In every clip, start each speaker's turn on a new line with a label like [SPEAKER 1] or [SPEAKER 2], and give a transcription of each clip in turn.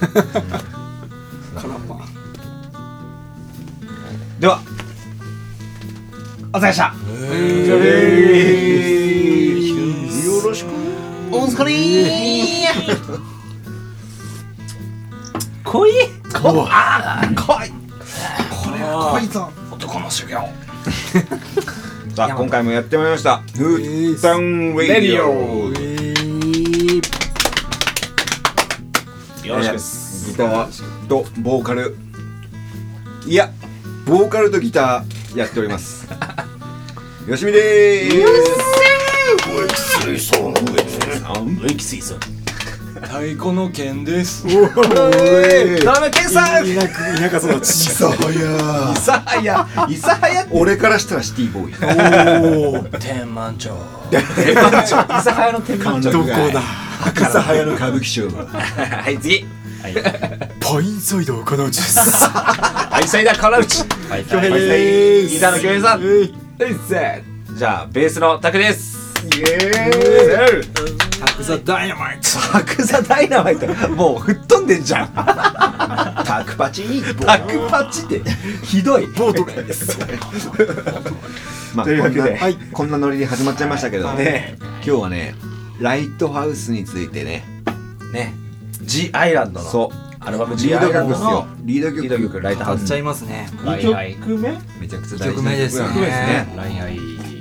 [SPEAKER 1] カラーパンではお疲れ様でした
[SPEAKER 2] よろしく
[SPEAKER 1] お疲れー濃いこあー濃いこれは濃いぞ男の修行さあ今回もやってまいりました「フータンウェ
[SPEAKER 2] レデ
[SPEAKER 1] イ
[SPEAKER 2] ィ
[SPEAKER 1] オ
[SPEAKER 2] オ」
[SPEAKER 1] よろしくですギターとボーカルいやボーカルとギターやっております よしみでーす
[SPEAKER 3] 太鼓の剣です。
[SPEAKER 1] ダメケンさん
[SPEAKER 2] 田舎育ちそうや
[SPEAKER 1] イサハヤイサハヤ俺からしたらシティボーイ
[SPEAKER 3] 天満町。
[SPEAKER 1] 天満町諫早の天 満町
[SPEAKER 2] どこだ
[SPEAKER 1] 諫早の歌舞伎町 はい次
[SPEAKER 2] ポインソイドこのうちです
[SPEAKER 1] 愛妻だ川内
[SPEAKER 3] はい、
[SPEAKER 2] 恭平
[SPEAKER 1] で
[SPEAKER 2] ですす
[SPEAKER 1] ギターの恭平さん
[SPEAKER 2] えい
[SPEAKER 1] じゃあベースのタクですイエーイ
[SPEAKER 3] ザダイナマイト。
[SPEAKER 1] タクザダイナマイトもう吹っ飛んでんじゃんタクパチタクパチってひどい
[SPEAKER 2] ボートレース
[SPEAKER 1] まあ
[SPEAKER 2] というわけで
[SPEAKER 1] こんな
[SPEAKER 2] はい
[SPEAKER 1] こんなノリで始まっちゃいましたけどね今日はねライトハウスについてね
[SPEAKER 3] ね。G アイランドの。
[SPEAKER 1] そう
[SPEAKER 3] アルバム
[SPEAKER 1] リ
[SPEAKER 3] G ア
[SPEAKER 1] ー
[SPEAKER 3] イ
[SPEAKER 1] ド
[SPEAKER 3] ラン
[SPEAKER 1] 曲で
[SPEAKER 3] ド
[SPEAKER 1] す
[SPEAKER 3] の
[SPEAKER 1] よ。リード曲
[SPEAKER 3] リード曲ライトハウ
[SPEAKER 4] 買っち
[SPEAKER 3] ス。
[SPEAKER 4] ゃいますね。
[SPEAKER 3] ライハイ。
[SPEAKER 1] めちゃくちゃ
[SPEAKER 4] 一曲目ですね
[SPEAKER 1] 曲なん
[SPEAKER 3] ライハイ。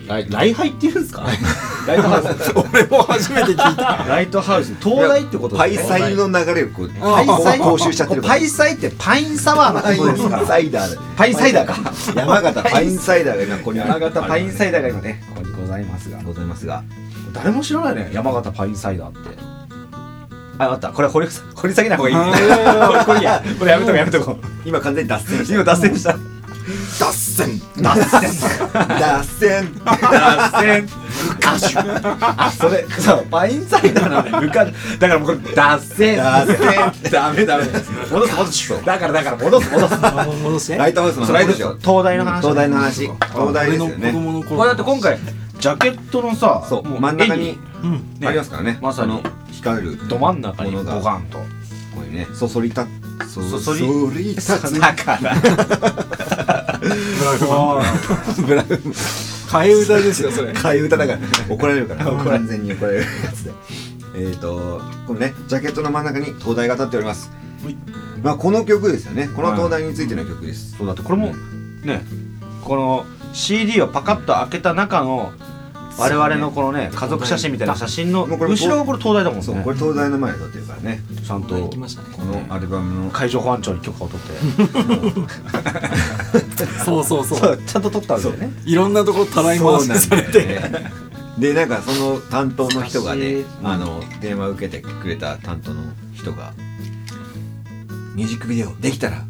[SPEAKER 5] ライライハイって言うんです か
[SPEAKER 3] ライトハウス。
[SPEAKER 2] 俺も初めて聞いた
[SPEAKER 5] ライトハウス東大ってこと
[SPEAKER 1] パイ
[SPEAKER 5] ですか
[SPEAKER 1] サイの流れをこう
[SPEAKER 2] あー
[SPEAKER 1] パイサイをしちゃってる
[SPEAKER 5] パイサイってパインサワーのことですか
[SPEAKER 1] パイ
[SPEAKER 5] ら
[SPEAKER 1] サイダーだ
[SPEAKER 5] パイサイダーか
[SPEAKER 1] 山形パインサイダーが今ここにあ
[SPEAKER 5] 山
[SPEAKER 1] る
[SPEAKER 5] 形パインサイダーが今ねここにございますが
[SPEAKER 1] ございますが
[SPEAKER 5] 誰も知らないね山形パインサイダーってあ、あった。これ掘り掘り下げない方がいいですね。これこれいいやこれやめとこうやめとこう。
[SPEAKER 1] 今完全に脱線し
[SPEAKER 5] 今脱線した。
[SPEAKER 2] 脱線
[SPEAKER 1] た脱線
[SPEAKER 5] 脱線。あ、それ、そう、パインサイダーなんで、ぬか、だからもうこれ、脱線。
[SPEAKER 1] 脱線
[SPEAKER 5] ダメダメ。戻す戻す。だからだから戻す戻す。
[SPEAKER 4] あもう戻して。
[SPEAKER 1] ライトハウスの
[SPEAKER 5] スライ
[SPEAKER 1] 話
[SPEAKER 5] ド
[SPEAKER 1] で
[SPEAKER 5] シ
[SPEAKER 1] し
[SPEAKER 5] ョー
[SPEAKER 1] ょ
[SPEAKER 5] 東大の話
[SPEAKER 1] 東大の話東大です
[SPEAKER 2] 俺の
[SPEAKER 1] よ
[SPEAKER 2] 子
[SPEAKER 1] ね
[SPEAKER 2] 供の
[SPEAKER 3] これ
[SPEAKER 2] 頃
[SPEAKER 3] だって今回、ジャケットのさ、
[SPEAKER 1] そう
[SPEAKER 3] も
[SPEAKER 1] 真ん中に
[SPEAKER 2] うん
[SPEAKER 1] ありますからね
[SPEAKER 3] まさ
[SPEAKER 1] そ
[SPEAKER 3] に
[SPEAKER 1] の光る
[SPEAKER 3] ど真ん中に
[SPEAKER 1] も
[SPEAKER 3] ボ
[SPEAKER 1] のが
[SPEAKER 3] カンと。
[SPEAKER 1] これねそそりたそ
[SPEAKER 3] そそり
[SPEAKER 1] り立つ
[SPEAKER 5] だから。
[SPEAKER 1] ブラウン
[SPEAKER 2] 替え歌ですよそれ
[SPEAKER 1] 替え歌だから 怒られるから完全に怒られるやつでえっ、とこのねジャケットの真ん中に灯台が立っております
[SPEAKER 2] はい
[SPEAKER 1] まあこの曲ですよねこの灯台についての曲です、
[SPEAKER 3] そうだってこれも、ね、この CD をパカッと開けた中の、我々のこのね、家族写真みたいな写真の、
[SPEAKER 1] もうこれ
[SPEAKER 3] 後ろはこれ東大だもん
[SPEAKER 1] そう
[SPEAKER 3] ね
[SPEAKER 1] こ。れ灯台の前で撮ってるからね
[SPEAKER 3] ちゃん
[SPEAKER 4] 行
[SPEAKER 3] と
[SPEAKER 4] きましたね。
[SPEAKER 1] このアルバムの
[SPEAKER 3] 海上保安庁に許可を取って。
[SPEAKER 4] そうそうそ。
[SPEAKER 3] そううちゃんと取ったんだよね。
[SPEAKER 2] いろんなとこたらい回しされて
[SPEAKER 1] よねでなんかその担当の人がね
[SPEAKER 3] 懐かしい
[SPEAKER 1] あの電話受けてくれた担当の人が「ミュージックビデオできたら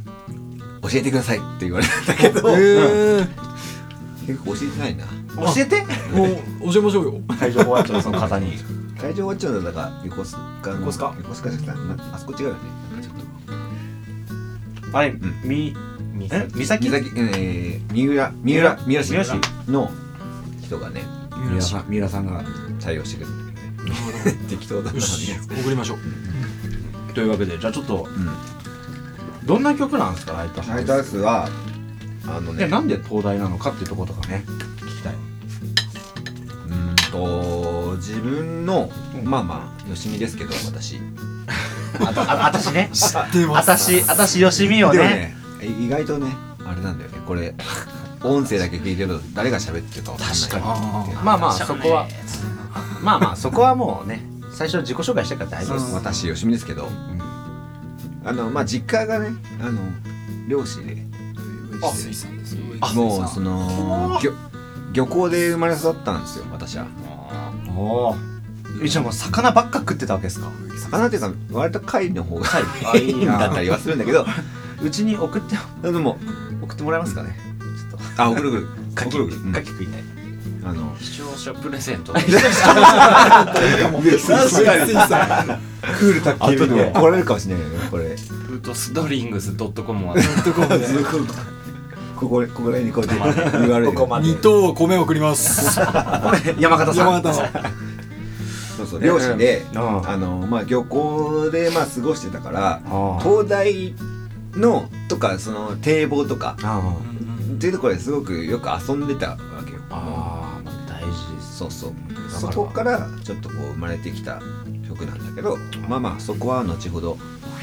[SPEAKER 1] 教えてください」って言われたんだけど、
[SPEAKER 2] え
[SPEAKER 1] 結構教えてないな
[SPEAKER 3] 教えて
[SPEAKER 2] えもう教えましょうよ
[SPEAKER 3] 海上保安庁のその方に。
[SPEAKER 1] 会場終わっちゃうんだから横須賀の
[SPEAKER 2] 横須賀
[SPEAKER 1] 横須賀じゃなくてあそこ違うよねなんかちょっと
[SPEAKER 3] あれ、
[SPEAKER 1] ん
[SPEAKER 3] み、えみさき
[SPEAKER 1] 三崎えー、三浦三浦三浦市
[SPEAKER 3] 三浦市
[SPEAKER 1] の人がね
[SPEAKER 2] 三浦市
[SPEAKER 1] ん三浦さんが採用してくれるんだけどね 適当だな
[SPEAKER 2] よし
[SPEAKER 1] ね
[SPEAKER 2] 送りましょう
[SPEAKER 3] というわけで、じゃあちょっと、
[SPEAKER 1] うん
[SPEAKER 3] どんな曲なんですか、ライトハ
[SPEAKER 1] ラ
[SPEAKER 3] ウ
[SPEAKER 1] イ
[SPEAKER 3] ス。
[SPEAKER 1] トハウスはあの
[SPEAKER 3] いや
[SPEAKER 1] ね
[SPEAKER 3] なんで東大なのかっていうところとかね聞きたいう
[SPEAKER 1] ーんと自分の、まあまあよしみですけど私
[SPEAKER 3] あたああたし ね
[SPEAKER 2] 知って
[SPEAKER 3] あ
[SPEAKER 2] ます
[SPEAKER 3] たしあたしよしみよ
[SPEAKER 1] でも
[SPEAKER 3] ね
[SPEAKER 1] ねい意外とねあれなんだよねこれ音声だけ聞いてると誰が喋ってるかわかんない
[SPEAKER 3] 確
[SPEAKER 2] あ
[SPEAKER 3] まあまあそこはまあまあそこはもうね最初自己紹介してから大丈夫です
[SPEAKER 1] 私よしみですけど、あのまあ実家がねあの漁師で
[SPEAKER 2] あ水産です
[SPEAKER 1] もうその漁漁港で生まれ育ったんですよ私は
[SPEAKER 3] おーえじゃあもう魚ばっか食ってたわけですか
[SPEAKER 1] 魚っていうか割と貝の方が
[SPEAKER 3] あい
[SPEAKER 1] いいんだったりはするんだけど
[SPEAKER 3] うちに送って
[SPEAKER 1] でも
[SPEAKER 3] 送ってもらえますかねちょっと
[SPEAKER 1] あ送る送る
[SPEAKER 3] カキ
[SPEAKER 1] 送る送る、
[SPEAKER 3] カキ食いたい
[SPEAKER 1] うんあの
[SPEAKER 4] 視聴者プレゼン ト。
[SPEAKER 2] 確かに
[SPEAKER 1] クールタッキルで怒られるかもしれないよねこれ
[SPEAKER 4] フートスドリングスドットコムは。
[SPEAKER 2] とこもね
[SPEAKER 1] こ こここら辺にこうやって言われる
[SPEAKER 3] ここまで
[SPEAKER 2] 二等は米を送ります
[SPEAKER 3] 山形さん
[SPEAKER 2] 山形の
[SPEAKER 1] そうそうそう漁師で、
[SPEAKER 3] うんあ
[SPEAKER 1] あのまあ漁港でまあ過ごしてたから
[SPEAKER 3] あ
[SPEAKER 1] 灯台のとかその堤防とか
[SPEAKER 3] あ
[SPEAKER 1] っていうところですごくよく遊んでたわけよ
[SPEAKER 3] あまあ大事です
[SPEAKER 1] そうそう
[SPEAKER 3] るわ
[SPEAKER 1] そこからちょっとこう生まれてきた曲なんだけどまあまあそこは後ほど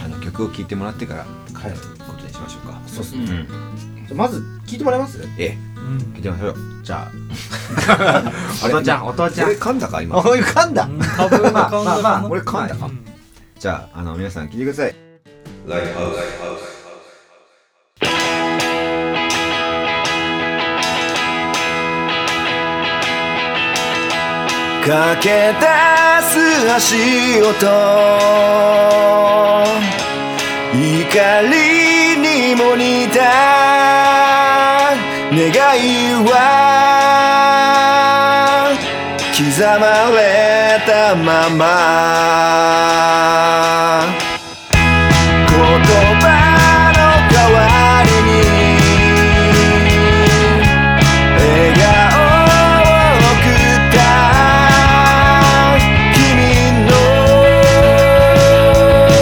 [SPEAKER 1] あの曲を聴いてもらってから帰ることにしましょうか
[SPEAKER 3] そうっす
[SPEAKER 6] うん
[SPEAKER 3] ねじゃあまず聞いてもらえます
[SPEAKER 1] ええ聴いてみましょうよ
[SPEAKER 3] じゃあ
[SPEAKER 1] あ
[SPEAKER 3] お
[SPEAKER 1] れ
[SPEAKER 3] 父ちゃんお父ちゃん
[SPEAKER 1] 俺噛んだか今
[SPEAKER 3] おい噛んだ
[SPEAKER 2] 多分
[SPEAKER 3] まあまあまあ
[SPEAKER 1] 俺噛んだかじゃああの皆さん聴いてくださいライフハウス
[SPEAKER 5] 駆け出す足音怒りにも似た願いは刻まれたまま言葉の代わりに笑顔を送った君の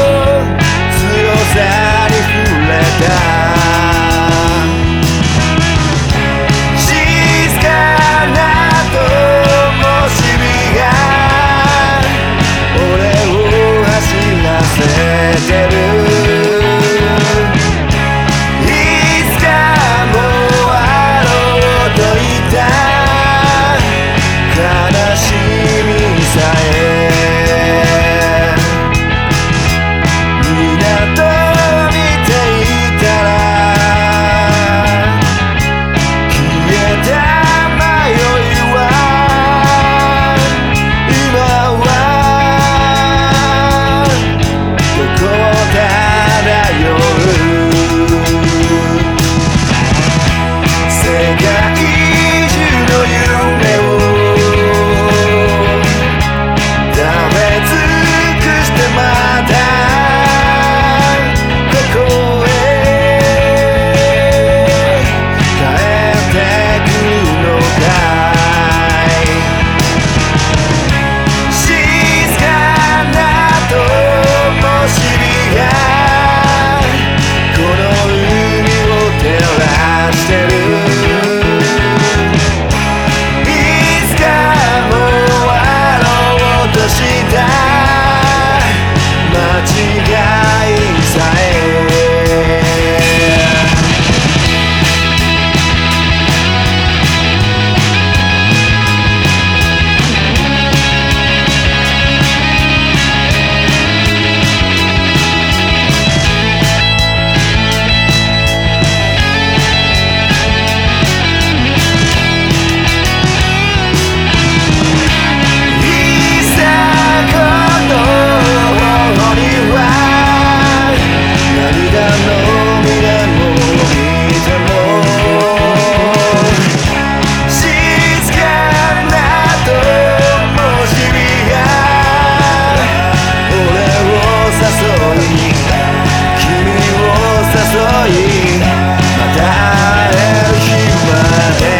[SPEAKER 5] 強さに触れた静かな灯火が俺を走らせてる「いつかもうあろうといた」「悲しみさえ」「港を見ていたら」「消えた迷いは今は」どこ漂う世界中の夢を食べ尽くしてまたここへ帰ってくのかい「静かな灯火が俺を走らせてる」「この海を照らしてる」「いつかもうあろうとした間違いさえ」いざこの方には涙の源を見ても静かな灯火が俺を誘い君を誘いまた会える日まで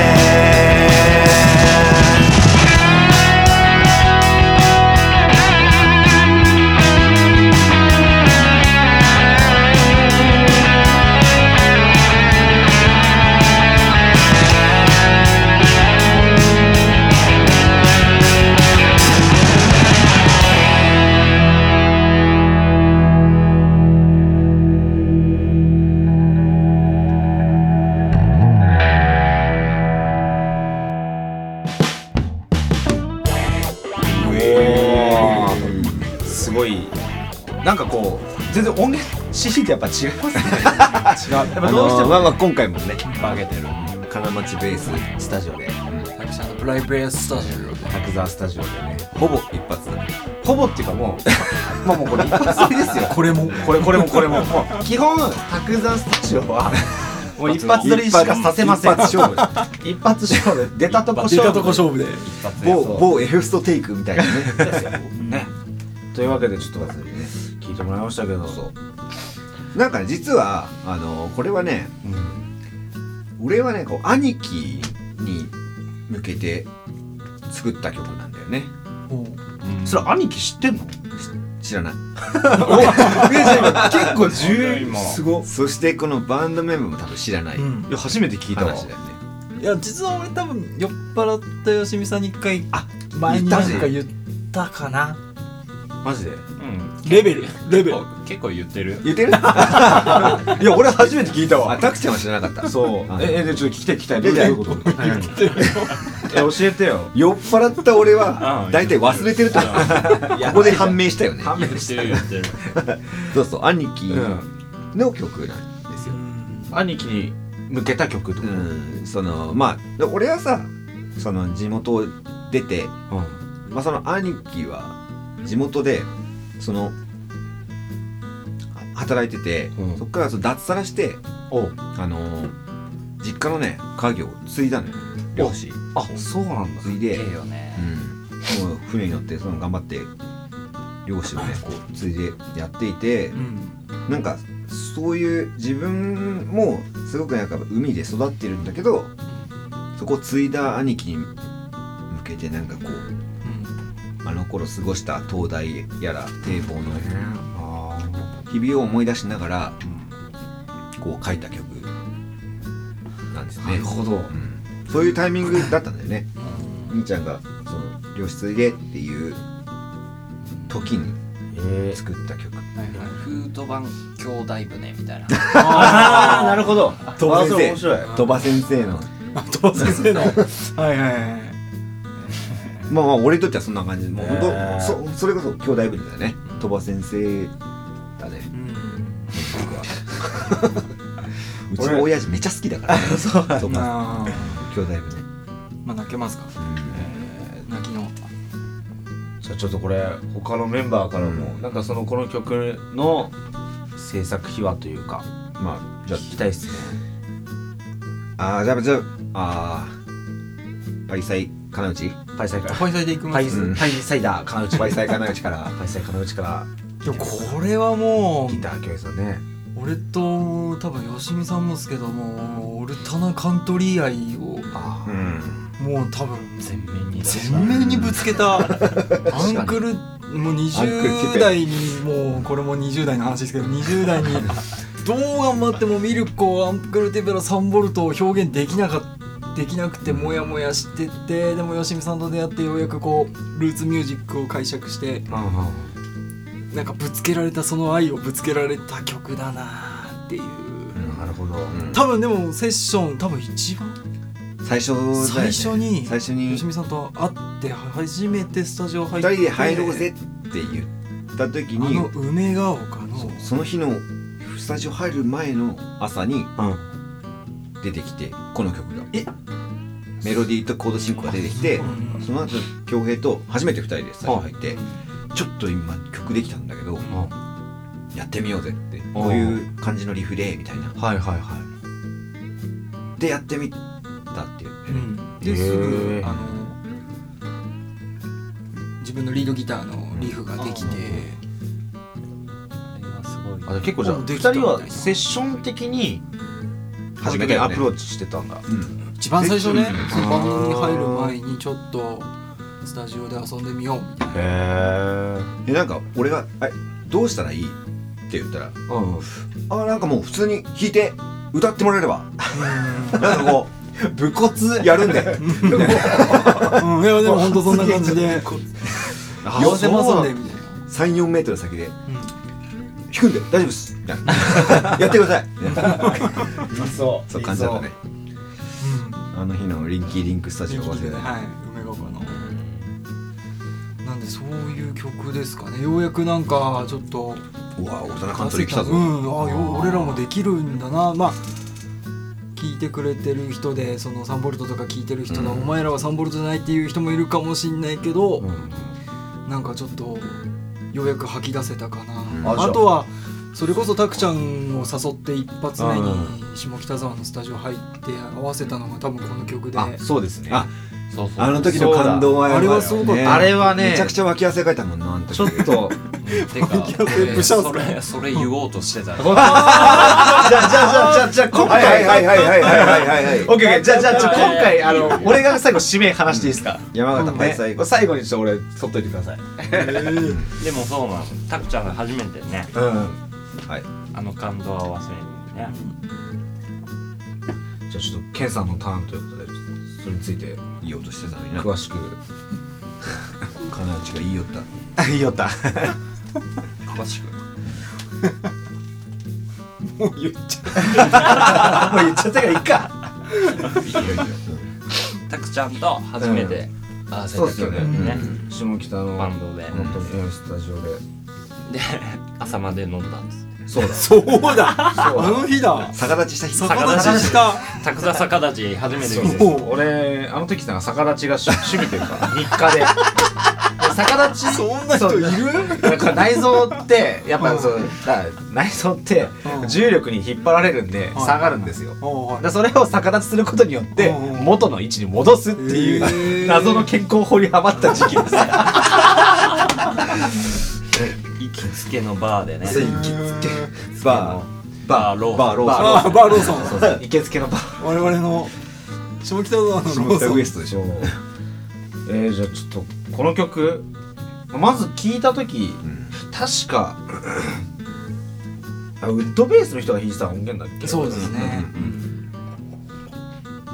[SPEAKER 3] すごいなんかこう全然音源 CD とやっぱ違いますね違う やっぱ
[SPEAKER 1] あ
[SPEAKER 3] ど
[SPEAKER 1] の
[SPEAKER 3] うし
[SPEAKER 1] ー
[SPEAKER 3] ても
[SPEAKER 1] まあまあ今回もね
[SPEAKER 3] 曲げてる
[SPEAKER 1] 金町ベーススタジオで
[SPEAKER 2] 作者のプライベートスタジ
[SPEAKER 3] 滝沢スタジオでね
[SPEAKER 1] ほぼ一発だね
[SPEAKER 3] ほぼっていうかもうまあもうこれ一発撮りですよ
[SPEAKER 2] オこれも
[SPEAKER 3] これこれもこれももう基本卓山スタジオは もう一発撮りしかさせません
[SPEAKER 1] 一発勝負
[SPEAKER 3] 一発勝負出たとこ
[SPEAKER 2] 出
[SPEAKER 3] 勝
[SPEAKER 2] た
[SPEAKER 3] 負
[SPEAKER 2] とこ勝負で
[SPEAKER 6] 一発で
[SPEAKER 1] 某某エフストテイクみたい なね
[SPEAKER 3] ね
[SPEAKER 5] というわけでちょっと
[SPEAKER 3] 聞いてもらいましたけど
[SPEAKER 1] そうなんかね実はあのこれはね、俺はねこう兄貴に向けて作った曲なんだよね
[SPEAKER 2] もう
[SPEAKER 6] うん
[SPEAKER 3] それ兄貴知ってんの
[SPEAKER 1] 知 らない
[SPEAKER 3] 結構 重
[SPEAKER 4] 今
[SPEAKER 3] す ごい
[SPEAKER 1] そしてこのバンドメンバーも多分知らない
[SPEAKER 2] うん
[SPEAKER 3] や初めて聞いたわ
[SPEAKER 1] 話だよね
[SPEAKER 2] いや実は俺多分酔っ払ったよしみさんに一回
[SPEAKER 3] あ
[SPEAKER 2] 前に
[SPEAKER 1] 言った
[SPEAKER 2] な
[SPEAKER 1] ぜ
[SPEAKER 2] んか言ったかな
[SPEAKER 3] マジで
[SPEAKER 4] うん
[SPEAKER 2] レベルレベル
[SPEAKER 4] 結構言ってる
[SPEAKER 1] 言 ってる
[SPEAKER 3] いや俺初めて聞いた
[SPEAKER 1] あ
[SPEAKER 3] わ
[SPEAKER 1] タクちゃんは知らなかった
[SPEAKER 3] そう
[SPEAKER 1] あ
[SPEAKER 3] ええでちょっと聞きたい聞きたい
[SPEAKER 1] いやいや
[SPEAKER 3] どういうことえ教 えてよ
[SPEAKER 1] 酔っ払った俺
[SPEAKER 4] う
[SPEAKER 1] は
[SPEAKER 4] ん
[SPEAKER 1] 大体忘れてると思うここで判明したよね
[SPEAKER 4] 言ってる言ってる
[SPEAKER 1] そうそう兄貴
[SPEAKER 3] うん
[SPEAKER 1] の曲なんですよ
[SPEAKER 3] 兄貴に向けた曲と
[SPEAKER 1] う
[SPEAKER 3] か
[SPEAKER 1] んそのまあ俺はさその地元を出てまあその兄貴は地元でそのあ働いてて、
[SPEAKER 3] うん
[SPEAKER 1] そっからその脱サラして
[SPEAKER 3] おう
[SPEAKER 1] あのー実家のね家業を継いだのよ漁師
[SPEAKER 3] あそうなんだ
[SPEAKER 1] 継い
[SPEAKER 4] え
[SPEAKER 1] で、
[SPEAKER 4] えよね
[SPEAKER 1] うん、もう船に乗ってその頑張って漁師をねこう継いでやっていて、
[SPEAKER 2] うん
[SPEAKER 1] なんかそういう自分もすごくなんか海で育ってるんだけどそこを継いだ兄貴に向けてなんかこうあの頃過ごした灯台やら堤防の日々を思い出しながら、こう書いた曲なんです
[SPEAKER 3] な
[SPEAKER 1] ね
[SPEAKER 3] る、ほ
[SPEAKER 1] う
[SPEAKER 3] ど
[SPEAKER 1] んそういうタイミングだったんだよね兄ちゃんがその漁師継いでっていう時に
[SPEAKER 3] え
[SPEAKER 1] 作った曲
[SPEAKER 4] フードバン兄弟船みたいな
[SPEAKER 3] あ あなるほど
[SPEAKER 1] 鳥羽
[SPEAKER 3] あそれ
[SPEAKER 1] 先生
[SPEAKER 3] 面白い
[SPEAKER 1] 鳥羽先生の
[SPEAKER 2] 鳥羽先生のはいはいはい
[SPEAKER 1] まあまあ俺にとってはそんな感じでもう本当、
[SPEAKER 3] へー
[SPEAKER 1] そそれこそ兄弟分だよね鳥羽先生だね
[SPEAKER 2] うん
[SPEAKER 1] 僕はうちの親父めちゃ好きだから、ね、そう鳥羽
[SPEAKER 2] まあ
[SPEAKER 1] 兄弟分ね
[SPEAKER 2] まあ泣けますか泣きの
[SPEAKER 3] じゃあちょっとこれ他のメンバーからも、
[SPEAKER 1] うん
[SPEAKER 3] なんかそのこの曲の制作秘話というか
[SPEAKER 1] まあじ
[SPEAKER 3] じ
[SPEAKER 1] ゃ
[SPEAKER 3] ゃあ聞きたいっすね
[SPEAKER 1] ああーじゃあじゃああーパイサイ金内
[SPEAKER 3] パイサイから
[SPEAKER 2] パイサイでいきま
[SPEAKER 3] パイ
[SPEAKER 2] す
[SPEAKER 1] うん
[SPEAKER 3] パイサイダー金内
[SPEAKER 1] パ
[SPEAKER 3] パ
[SPEAKER 1] イ
[SPEAKER 3] イ
[SPEAKER 1] サイ金内から
[SPEAKER 3] サイ金内から
[SPEAKER 2] でもこれはも
[SPEAKER 3] ギター教室のね
[SPEAKER 2] う俺と多分よしみさんもですけどもオルタナカントリー愛を
[SPEAKER 3] あ
[SPEAKER 1] う
[SPEAKER 3] ー
[SPEAKER 1] ん
[SPEAKER 2] もう多分
[SPEAKER 4] 全面に出した
[SPEAKER 2] 全面にぶつけ たアンクルもう
[SPEAKER 1] アンクル聞い
[SPEAKER 2] 20
[SPEAKER 1] て
[SPEAKER 2] 代にもうこれも20代の話ですけど20代にどう頑張ってもミルクをアンクルテペラ3ボルトを表現できなかった。できなくてモヤモヤしててでもよしみさんと出会ってようやくこうルーツミュージックを解釈して
[SPEAKER 3] うんうん
[SPEAKER 2] なんかぶつけられたその愛をぶつけられた曲だなっていう
[SPEAKER 3] うんなるほど、
[SPEAKER 1] うん
[SPEAKER 2] 多分でもセッション多分一番
[SPEAKER 1] 最初だよね
[SPEAKER 2] 最初に
[SPEAKER 1] 最初に
[SPEAKER 2] よしみさんと会って初めてスタジオ入って
[SPEAKER 1] 二人で入ろうぜって言った時
[SPEAKER 2] あの
[SPEAKER 1] に
[SPEAKER 2] 梅ヶ丘の
[SPEAKER 1] その日のスタジオ入る前の朝に
[SPEAKER 3] うん、
[SPEAKER 1] 出てきてこの曲がメロディーとコード進行が出てきて
[SPEAKER 2] うん
[SPEAKER 1] その後恭平と初めて二人でスタジオ入ってちょっと今曲できたんだけどやってみようぜってこういう感じのリフでみたいな
[SPEAKER 3] はいはいは
[SPEAKER 1] でやってみたっていう
[SPEAKER 2] う
[SPEAKER 1] ね
[SPEAKER 2] ん
[SPEAKER 3] へ
[SPEAKER 2] で
[SPEAKER 3] ー
[SPEAKER 2] すぐあの自分のリードギターのリフができて
[SPEAKER 4] あれはすごい
[SPEAKER 3] いあ結構じゃあ
[SPEAKER 2] うん
[SPEAKER 3] 2
[SPEAKER 2] できた
[SPEAKER 3] 人はセッション的に
[SPEAKER 1] 初め
[SPEAKER 3] この曲に
[SPEAKER 1] て
[SPEAKER 3] アプローチしてたんだ
[SPEAKER 1] うん
[SPEAKER 2] 一番最初ね
[SPEAKER 1] うん
[SPEAKER 2] その番組に入る前にちょっとスタジオで遊んでみようみたいな
[SPEAKER 3] へえ
[SPEAKER 1] でなんか俺が「えどうしたらいい?」って言ったら「
[SPEAKER 3] うん
[SPEAKER 1] あなんかもう普通に弾いて歌ってもらえれば」なんかこう武骨やるんで
[SPEAKER 2] うんいやでも本当そんな感じで寄せますんでみたいな
[SPEAKER 1] 34メートル先で
[SPEAKER 2] うん
[SPEAKER 1] 「弾くんで大丈夫です」みたいなや ってくだ さい」みたいな
[SPEAKER 3] そ
[SPEAKER 1] そう感じだったね
[SPEAKER 2] うん
[SPEAKER 1] あの日のリンキーリンクスタジオ忘れない
[SPEAKER 2] はい梅ヶ丘のなんでそういう曲ですかねようやくなんかちょっと
[SPEAKER 1] うわ大人カントリー来た
[SPEAKER 2] う
[SPEAKER 1] ぞ
[SPEAKER 2] んあよ俺らもできるんだなまあ聞いてくれてる人でそのサンボルトとか聞いてる人で、
[SPEAKER 1] うん
[SPEAKER 2] お前らはサンボルトじゃないっていう人もいるかもしんないけど、
[SPEAKER 3] うん
[SPEAKER 2] なんかちょっとようやく吐き出せたかな、
[SPEAKER 1] ん
[SPEAKER 3] あじ
[SPEAKER 2] あ
[SPEAKER 3] ゃあ
[SPEAKER 2] とはそれこそたくちゃんを誘って一発目に
[SPEAKER 3] う
[SPEAKER 2] 下北沢のスタジオ入って合わせたのが多分この曲で
[SPEAKER 3] あそうですね
[SPEAKER 1] あ
[SPEAKER 4] そうそう
[SPEAKER 1] あの時の感動はやばいよね
[SPEAKER 2] あれはすごかった
[SPEAKER 3] あれはね
[SPEAKER 1] めちゃくちゃ脇汗かいたもんなあの時
[SPEAKER 3] ちょっと
[SPEAKER 4] てか、
[SPEAKER 2] 本気のステップシャウト
[SPEAKER 4] それそれ言おうとしてたら
[SPEAKER 3] じ ゃあじゃあじゃあじゃあ今
[SPEAKER 1] はいはい
[SPEAKER 3] 回
[SPEAKER 1] はいはいはいはいはいはい
[SPEAKER 3] オッケーオッケーじゃあじゃあちょ今回あの俺が最後指名話していいですか、
[SPEAKER 1] 山形パイサイ
[SPEAKER 3] ね、最後にちょっと俺取っといてください
[SPEAKER 7] でもそうなのタクちゃんが初めてね
[SPEAKER 3] うん
[SPEAKER 7] あの感動は忘れんね
[SPEAKER 3] じゃあちょっとケンさんのターンということでそれについて
[SPEAKER 1] いい音してたのにな
[SPEAKER 3] 詳しく
[SPEAKER 1] 金内がいいよった
[SPEAKER 3] 言いよった
[SPEAKER 7] 詳しく
[SPEAKER 2] もう言っちゃ
[SPEAKER 3] もう言っちゃったからいいか
[SPEAKER 7] タクちゃんと初めて
[SPEAKER 4] あ
[SPEAKER 3] そうっすよね
[SPEAKER 7] ね
[SPEAKER 3] 下北の
[SPEAKER 7] バンドで
[SPEAKER 3] 本当にうんスタジオで
[SPEAKER 7] で朝まで飲んだんです
[SPEAKER 3] そうだ
[SPEAKER 2] そうだあの日だ
[SPEAKER 1] 逆立ちした人
[SPEAKER 7] 逆立
[SPEAKER 2] 話
[SPEAKER 7] ち
[SPEAKER 2] した
[SPEAKER 7] タクダ逆立ち初めて見て
[SPEAKER 2] も
[SPEAKER 3] 俺あの時さ逆立ちが趣趣味という か日課でで逆立
[SPEAKER 2] う
[SPEAKER 3] ち
[SPEAKER 2] そんな人いる
[SPEAKER 3] なんか内臓ってやっぱそうだから内臓って
[SPEAKER 2] うん
[SPEAKER 3] 重力に引っ張られるんで
[SPEAKER 2] はい
[SPEAKER 3] 下がるんですよ
[SPEAKER 2] おい
[SPEAKER 3] でそれを逆立ちすることによって
[SPEAKER 2] うんうん
[SPEAKER 3] 元の位置に戻すってい
[SPEAKER 2] へー
[SPEAKER 3] う謎の健康法にハマった時期 です
[SPEAKER 7] 行きつけのバーでね
[SPEAKER 1] ついきつけバー
[SPEAKER 7] バーロー
[SPEAKER 1] バーロー
[SPEAKER 7] バ
[SPEAKER 2] ああバーローソン
[SPEAKER 3] 行きつけのバー
[SPEAKER 2] 我々の下北沢のロー
[SPEAKER 1] 下
[SPEAKER 2] ソ
[SPEAKER 1] ウエ
[SPEAKER 2] ン
[SPEAKER 1] ストでし
[SPEAKER 3] そ
[SPEAKER 1] ょ
[SPEAKER 3] うえー、じゃあちょっとこの曲まず聞いた時
[SPEAKER 1] ん
[SPEAKER 3] 確かあウッドベースの人が弾いてた音源だっけ
[SPEAKER 2] そうですね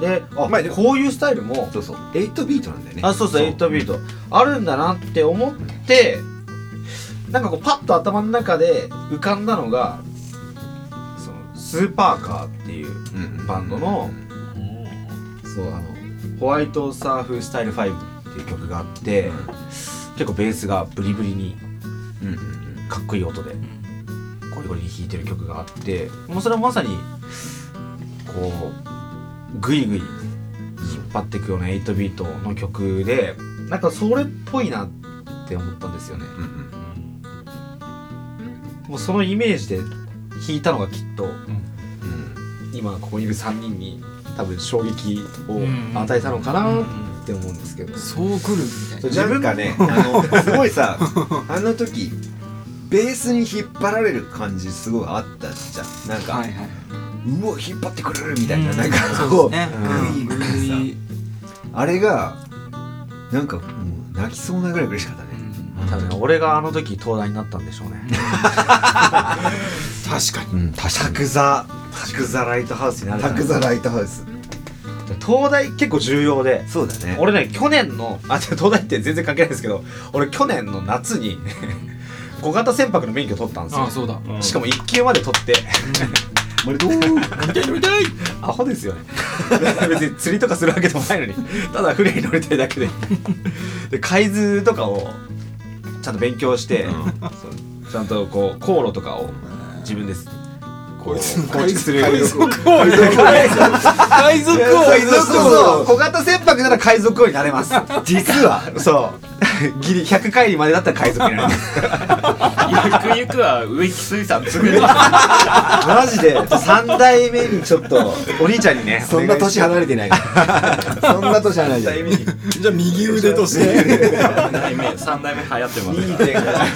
[SPEAKER 3] であ、
[SPEAKER 1] まあ
[SPEAKER 3] こういうスタイルも
[SPEAKER 1] そうそう8ビートなんだよね
[SPEAKER 3] あそうそう8ビートあるんだなって思ってなんかこうパッと頭の中で浮かんだのがそのスーパーカーっていう
[SPEAKER 1] うんうん
[SPEAKER 3] バンドのそうあのホワイトサーフスタイル5っていう曲があって、結構ベースがブリブリに
[SPEAKER 1] うんうん
[SPEAKER 3] かっこいい音でゴリゴリに弾いてる曲があってもうそれはまさにこうグイグイ引っ張っていくような8ビートの曲でなんかそれっぽいなって思ったんですよね
[SPEAKER 1] うんうん
[SPEAKER 3] もうそのイメージで弾いたのがきっと
[SPEAKER 1] うん
[SPEAKER 3] 今ここにいる3人に多分衝撃を与えたのかなって思うんですけど、
[SPEAKER 2] そう来るみたいな
[SPEAKER 3] そう自
[SPEAKER 1] な
[SPEAKER 3] 分
[SPEAKER 1] んかねあのすごいさあの時ベースに引っ張られる感じすごいあったじゃんなんか、
[SPEAKER 2] はいはいう
[SPEAKER 1] お引っ張ってくれるみたいな、
[SPEAKER 2] うん
[SPEAKER 1] なんかこ
[SPEAKER 2] そう
[SPEAKER 1] う
[SPEAKER 2] ですね
[SPEAKER 1] グイグイさあれがなんかもう泣きそうなぐらい嬉しかったね、
[SPEAKER 3] 多分ね俺があの時東大になったんでしょうね
[SPEAKER 2] 確かに
[SPEAKER 1] うん、たしゃ
[SPEAKER 3] 卓座卓座ライトハウスになる
[SPEAKER 1] たくざライトハウス
[SPEAKER 3] 東大結構重要で
[SPEAKER 1] そうだね
[SPEAKER 3] 俺ね去年のあでも東大って全然関係ないですけど俺去年の夏に 小型船舶の免許取ったんです
[SPEAKER 2] あ
[SPEAKER 3] よ
[SPEAKER 2] あそうだ
[SPEAKER 3] しかも1級まで取って
[SPEAKER 1] 俺どうう
[SPEAKER 2] 乗りたい乗りたい
[SPEAKER 3] アホですよね 別に釣りとかするわけでもないのにただ船に乗りたいだ けでで海図とかをちゃんと勉強して、そうちゃんとこう航路とかを自分ですこう
[SPEAKER 2] こいつ
[SPEAKER 3] 構築する
[SPEAKER 2] 海賊王海賊王
[SPEAKER 3] 海賊王小型船舶なら海賊王になれます 実はそう ギリ100回りまでだったら海賊になれます
[SPEAKER 7] ゆくゆくは植木水産作る
[SPEAKER 3] マジで3代目にちょっとお兄ちゃんにね
[SPEAKER 1] そんな年離れてないから そんな年離れてない
[SPEAKER 2] じゃあ右腕として
[SPEAKER 7] 3代目3代目流行ってますから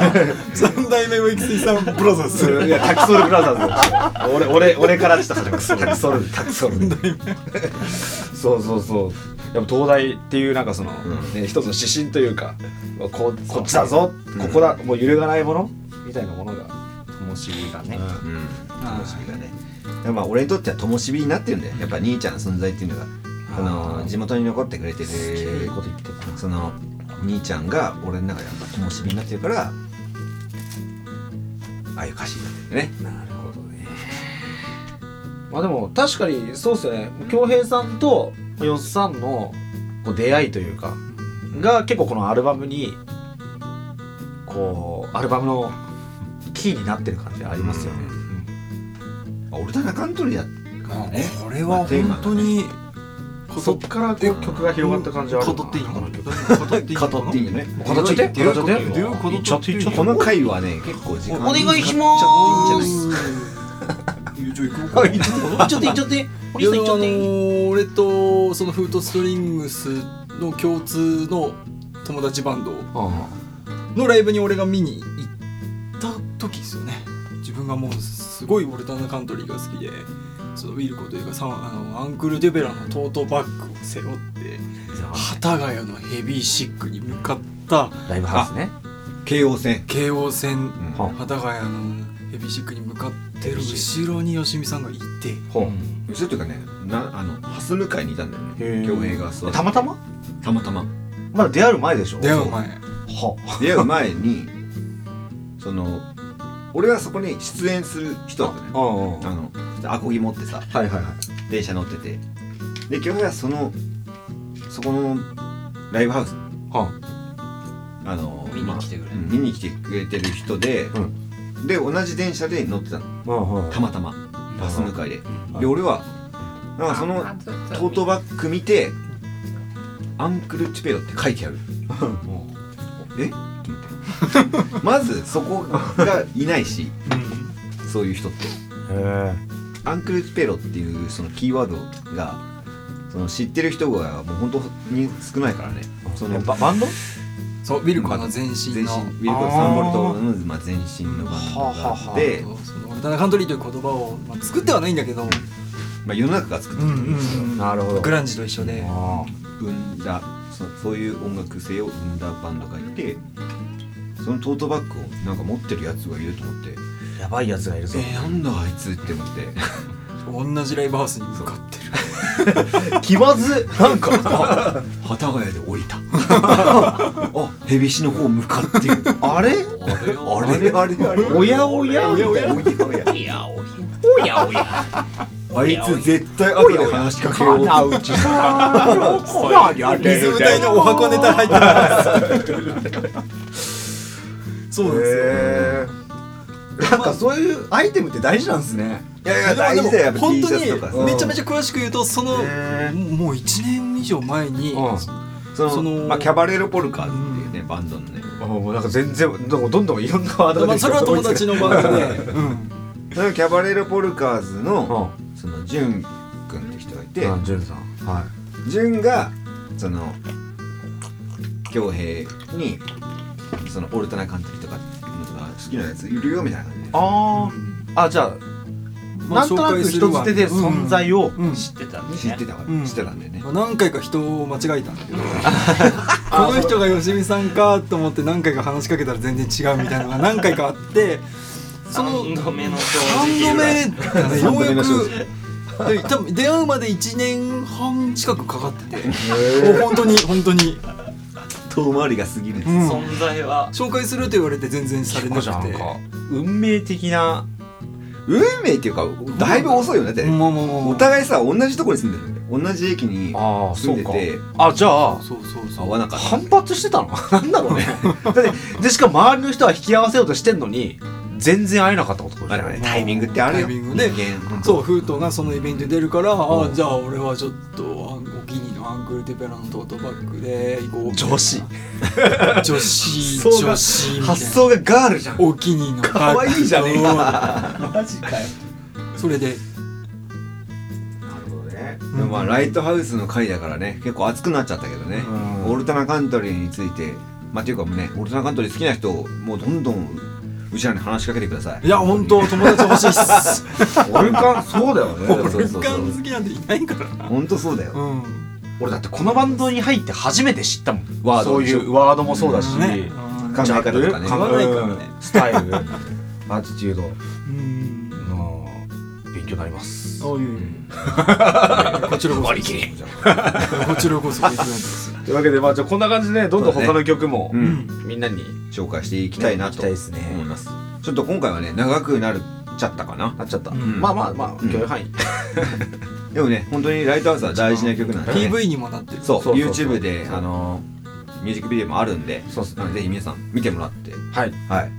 [SPEAKER 2] 三代目植木水産プロセス
[SPEAKER 3] いやタクソルブラザーズ俺俺俺からちょっと始まるタクソルタクソルそうそうそうやっぱ東大っていうなんかその、ね、一つの指針というかここっちだぞ、ここだもう揺るがないものみたいなものが
[SPEAKER 7] ともしびがね
[SPEAKER 1] うん灯火がねでもまあ俺にとっては灯火になってるんだよやっぱ兄ちゃんの存在っていうのがあの地元に残ってくれてる
[SPEAKER 3] こと言ってた
[SPEAKER 1] その兄ちゃんが俺の中でやっぱ灯火になってるからああいう歌詞になってるね
[SPEAKER 3] なるほどねまあでも確かにそうっすよね恭平さんとよっさんのこう出会いというかが結構このアルバムにこうアルバムのキーになってる感じありますよね、
[SPEAKER 1] あ俺と中ントリーだ
[SPEAKER 2] まあねこれは本当に
[SPEAKER 3] そっからこう曲が広がった感じはある
[SPEAKER 2] 語っていいのかな語っていいのかな
[SPEAKER 1] 語っていいよね
[SPEAKER 3] 語っちゃっ
[SPEAKER 2] どう
[SPEAKER 3] て
[SPEAKER 2] いうこと
[SPEAKER 3] 語っちゃって
[SPEAKER 2] どういうこと
[SPEAKER 3] 言っちゃって言っちゃって
[SPEAKER 1] この回はね結構時間
[SPEAKER 2] お願
[SPEAKER 1] いしま
[SPEAKER 2] いやじゃあ行こうか
[SPEAKER 4] 行っちゃって行っちゃって
[SPEAKER 2] い
[SPEAKER 4] 堀
[SPEAKER 2] や
[SPEAKER 4] さん行っちゃ
[SPEAKER 2] あ
[SPEAKER 4] っ
[SPEAKER 2] の
[SPEAKER 4] て
[SPEAKER 2] ー俺とそのフートストリングスの共通の友達バンド
[SPEAKER 3] あ
[SPEAKER 2] のライブに俺が見に行っ時ですよね自分がもうすごいウォルタナカントリーが好きでそのウィルコというかサンあのアンクル・デベラのトートバッグを背負って幡ヶ谷のヘビーシックに向かった
[SPEAKER 5] ライブハウスね
[SPEAKER 1] 京王線
[SPEAKER 2] 京王線
[SPEAKER 1] ん
[SPEAKER 2] 幡ヶ谷のヘビーシックに向かってる後ろに吉見さんがいて
[SPEAKER 5] ほう
[SPEAKER 1] 後ろっていうかねなあの蓮向かいにいたんだよ
[SPEAKER 5] へ
[SPEAKER 1] ね
[SPEAKER 5] ー
[SPEAKER 1] 京平が座って
[SPEAKER 5] たまたま
[SPEAKER 1] たまたま
[SPEAKER 5] まだ出会う前でしょ
[SPEAKER 2] 出会う前
[SPEAKER 5] は
[SPEAKER 1] 出会う前にその俺はそこに出演する人だったね
[SPEAKER 5] うんうん
[SPEAKER 1] あのアコギ持ってさ
[SPEAKER 5] はいはいはい
[SPEAKER 1] 電車乗っててで京平はそのそこのライブハウス
[SPEAKER 5] は
[SPEAKER 1] あの
[SPEAKER 4] 見に来てくれ
[SPEAKER 1] まあうん見に来てくれてる人で、
[SPEAKER 5] う
[SPEAKER 1] で同じ電車で乗ってたの
[SPEAKER 5] うんうん
[SPEAKER 1] たまたまバス向かいで、
[SPEAKER 5] ん
[SPEAKER 1] で俺はなんかそのトートバッグ見て「アンクル・チュペロ」って書いてあるえと思ってまずそこがいないしそういう人って
[SPEAKER 5] へ
[SPEAKER 1] アンクル・チュペロっていうそのキーワードがその知ってる人がもう本当に少ないからねその
[SPEAKER 5] えババンド
[SPEAKER 2] そうウィルコの全身
[SPEAKER 1] 全身
[SPEAKER 2] の
[SPEAKER 1] ウィルコサンボルトの、まあ、全身のバンドがあって
[SPEAKER 2] えーとそのウォルタナカントリーという言葉を、まあ、作ってはないんだけど、
[SPEAKER 1] まあ、世の中が作って
[SPEAKER 2] うん
[SPEAKER 1] く
[SPEAKER 2] う
[SPEAKER 1] れるんですよ
[SPEAKER 2] ん
[SPEAKER 5] なるほ
[SPEAKER 2] う
[SPEAKER 5] ど
[SPEAKER 2] ん、グランジと一緒で
[SPEAKER 5] あ
[SPEAKER 1] 生んだそそういう音楽性を生んだバンドがいてそのトートバッグをなんか持ってるやつがいると思って
[SPEAKER 5] ーやばいやつがいる
[SPEAKER 1] 「
[SPEAKER 5] ぞ
[SPEAKER 1] えー、なんだあいつ」って思 って
[SPEAKER 2] 同じライブハウスに向かってる
[SPEAKER 5] 気まずなんか
[SPEAKER 1] 「幡ヶ谷で降り た」あヘビシの方向かってる
[SPEAKER 5] あれ
[SPEAKER 1] あれあれあれ
[SPEAKER 5] おやおや
[SPEAKER 1] おやおやおや
[SPEAKER 7] おやおやおやおや
[SPEAKER 1] あいつ絶対後で話しかけようと
[SPEAKER 5] ちさんなにあ
[SPEAKER 2] リズム隊のお箱ネタ入ってますそうなんですよ、
[SPEAKER 5] へえなんかそういうアイテムって大事なんですね
[SPEAKER 1] いやいや大事だよやっぱ
[SPEAKER 2] 本
[SPEAKER 1] T シ
[SPEAKER 2] 当
[SPEAKER 1] ャツとかさ
[SPEAKER 2] にめちゃめちゃ詳しく言うとそのもう1年以上前に、
[SPEAKER 5] うん
[SPEAKER 1] その
[SPEAKER 2] その
[SPEAKER 1] まあ、キャバレロポルカっていうね、バンドのね
[SPEAKER 3] もうなんか全然どんどんどんいろんなワード
[SPEAKER 2] ま
[SPEAKER 3] が
[SPEAKER 2] あ、
[SPEAKER 3] 出て
[SPEAKER 2] それは友達のバンドで、うん、
[SPEAKER 1] そのキャバレロポルカーズの
[SPEAKER 5] う
[SPEAKER 1] そのジュン君って人がいて、
[SPEAKER 3] あジュンさんはい
[SPEAKER 1] 潤がその恭平にそのオルタナカントリーとか好きなやついるよみたいな感じで
[SPEAKER 5] あーあじゃあなんとなく人捨てで存在を
[SPEAKER 2] うん
[SPEAKER 7] 知ってたんだ
[SPEAKER 1] 知っ
[SPEAKER 7] ね
[SPEAKER 1] てたから、
[SPEAKER 2] うん
[SPEAKER 1] 知ってたんだよね
[SPEAKER 2] まあ何回か人を間違えたんだけどこの人が吉見さんかと思って何回か話しかけたら全然違うみたいなのが何回かあってその
[SPEAKER 7] 3
[SPEAKER 2] 3
[SPEAKER 7] 度目の正
[SPEAKER 2] 度
[SPEAKER 7] 直
[SPEAKER 2] 目だねようや
[SPEAKER 1] 目の正
[SPEAKER 2] くで多分出会うまで1年半近くかかっててもう本当に本当に、
[SPEAKER 1] 遠回りが過ぎるんです
[SPEAKER 2] う
[SPEAKER 1] よ、
[SPEAKER 2] ん
[SPEAKER 7] 存在は
[SPEAKER 2] 紹介すると言われて全然されなくて
[SPEAKER 5] 運命的な
[SPEAKER 1] 運命っていうかだいぶ遅いよねって、
[SPEAKER 2] もうもうもうも
[SPEAKER 1] お
[SPEAKER 2] う
[SPEAKER 1] 互いさ同じとこに住んでるんだよ同じ駅に
[SPEAKER 5] ああ
[SPEAKER 1] 住んでて
[SPEAKER 5] あじゃあ
[SPEAKER 2] そうそうそ
[SPEAKER 1] 合
[SPEAKER 2] う
[SPEAKER 1] わなかっ
[SPEAKER 5] 反発してたの なんだろうねだってでしかも周りの人は引き合わせようとしてんのに全然会えなかった男
[SPEAKER 1] たあ
[SPEAKER 5] で
[SPEAKER 1] れ
[SPEAKER 5] しょ
[SPEAKER 1] はねタイミングってあるよ
[SPEAKER 2] タイミングね
[SPEAKER 1] 人間
[SPEAKER 2] そうフートがそのイベントに出るから、あじゃあ俺はちょっとあんお気に入りのアンクル・デペラのトートバッグで行こうみたいな
[SPEAKER 5] 女子
[SPEAKER 2] 女子
[SPEAKER 5] 発想が
[SPEAKER 2] 女子みたい
[SPEAKER 5] 発
[SPEAKER 2] な
[SPEAKER 5] 想がガールじゃん
[SPEAKER 2] お気に入りの
[SPEAKER 5] 可愛いじゃねえか
[SPEAKER 2] かそれで
[SPEAKER 1] なるほどねでもまあライトハウスの回だからね結構熱くなっちゃったけどね、
[SPEAKER 5] うん
[SPEAKER 1] オルタナカントリーについてまあというかもうねオルタナカントリー好きな人もうどんどんうちらに話しかけてください
[SPEAKER 2] いや本当友達欲し いっす
[SPEAKER 1] オルカンそうだよ ね
[SPEAKER 2] 俺
[SPEAKER 1] そう
[SPEAKER 2] ル
[SPEAKER 1] そうそ
[SPEAKER 2] カン
[SPEAKER 1] う
[SPEAKER 2] 好きなんていないから
[SPEAKER 1] 本当そうだよ、
[SPEAKER 2] うん
[SPEAKER 5] 俺だってこのバンドに入って初めて知ったもん
[SPEAKER 1] ワード
[SPEAKER 5] そう
[SPEAKER 1] でし
[SPEAKER 5] い
[SPEAKER 1] ょ
[SPEAKER 5] うワードもそうだし、
[SPEAKER 2] ね
[SPEAKER 1] 考え方とかね
[SPEAKER 5] ジャンル考え方ねスタイルアティチュード
[SPEAKER 2] うん
[SPEAKER 5] の勉強になります
[SPEAKER 2] ああい うこちらこそ
[SPEAKER 5] りきり
[SPEAKER 2] こちら こそ勉強なんですよ
[SPEAKER 3] というわけでまあじゃあこんな感じでどんど
[SPEAKER 1] そ
[SPEAKER 3] ん
[SPEAKER 1] うだね
[SPEAKER 3] 他の曲も
[SPEAKER 1] うん
[SPEAKER 3] みんなに
[SPEAKER 1] 紹介していきたいな
[SPEAKER 5] ね
[SPEAKER 1] と
[SPEAKER 5] いきたいですね
[SPEAKER 1] 思いますちょっと今回はね長くなるちゃったかな
[SPEAKER 5] なっちゃった、
[SPEAKER 2] ん
[SPEAKER 5] まあまあまあ
[SPEAKER 1] うん
[SPEAKER 5] 許容範囲、
[SPEAKER 1] でもね本当にライトハウスは大事な曲なんで、ね、
[SPEAKER 2] PV にもなってる
[SPEAKER 1] そう
[SPEAKER 5] そうそうそう
[SPEAKER 1] YouTube であのミュージックビデオもあるんで
[SPEAKER 5] そうっすね
[SPEAKER 1] なのでぜひ皆さん見てもらって
[SPEAKER 5] はい
[SPEAKER 1] はい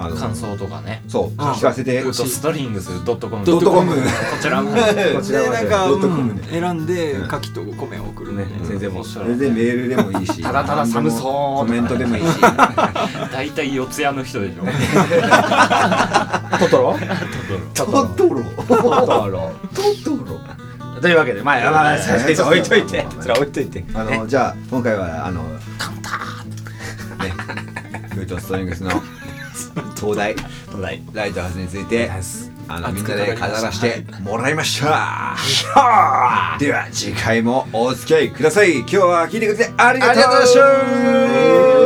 [SPEAKER 1] あの
[SPEAKER 7] 感想とかね
[SPEAKER 1] そう
[SPEAKER 2] あ
[SPEAKER 1] 聞かせて
[SPEAKER 7] ウッドストリングス .com
[SPEAKER 1] ドットコム
[SPEAKER 2] こ
[SPEAKER 7] ち らも
[SPEAKER 1] こ
[SPEAKER 3] ちら
[SPEAKER 2] で
[SPEAKER 3] ま
[SPEAKER 2] な
[SPEAKER 3] で
[SPEAKER 2] んか
[SPEAKER 1] ドットコム
[SPEAKER 2] うん
[SPEAKER 1] ね
[SPEAKER 2] 選んで
[SPEAKER 1] うん
[SPEAKER 2] 牡蠣と米を送る
[SPEAKER 5] ね
[SPEAKER 2] ね
[SPEAKER 5] 全然もう
[SPEAKER 1] 全然メールでもいいし
[SPEAKER 5] ただただ寒そう
[SPEAKER 1] コメントでもいいし
[SPEAKER 7] 大体四谷の人でしょ
[SPEAKER 5] トトロ
[SPEAKER 1] トトロ
[SPEAKER 5] トトロ
[SPEAKER 1] トトロ
[SPEAKER 5] というわけでまあまあまあそれ置いといて それは置いといて
[SPEAKER 1] あのじゃあ今回はあのカウンターねフートストリングスの東大
[SPEAKER 3] 東大
[SPEAKER 1] ライトハウスについてあのみんなで語らせてもらいましたでは次回もお付き合いください今日は聞いてくれてありがとうございました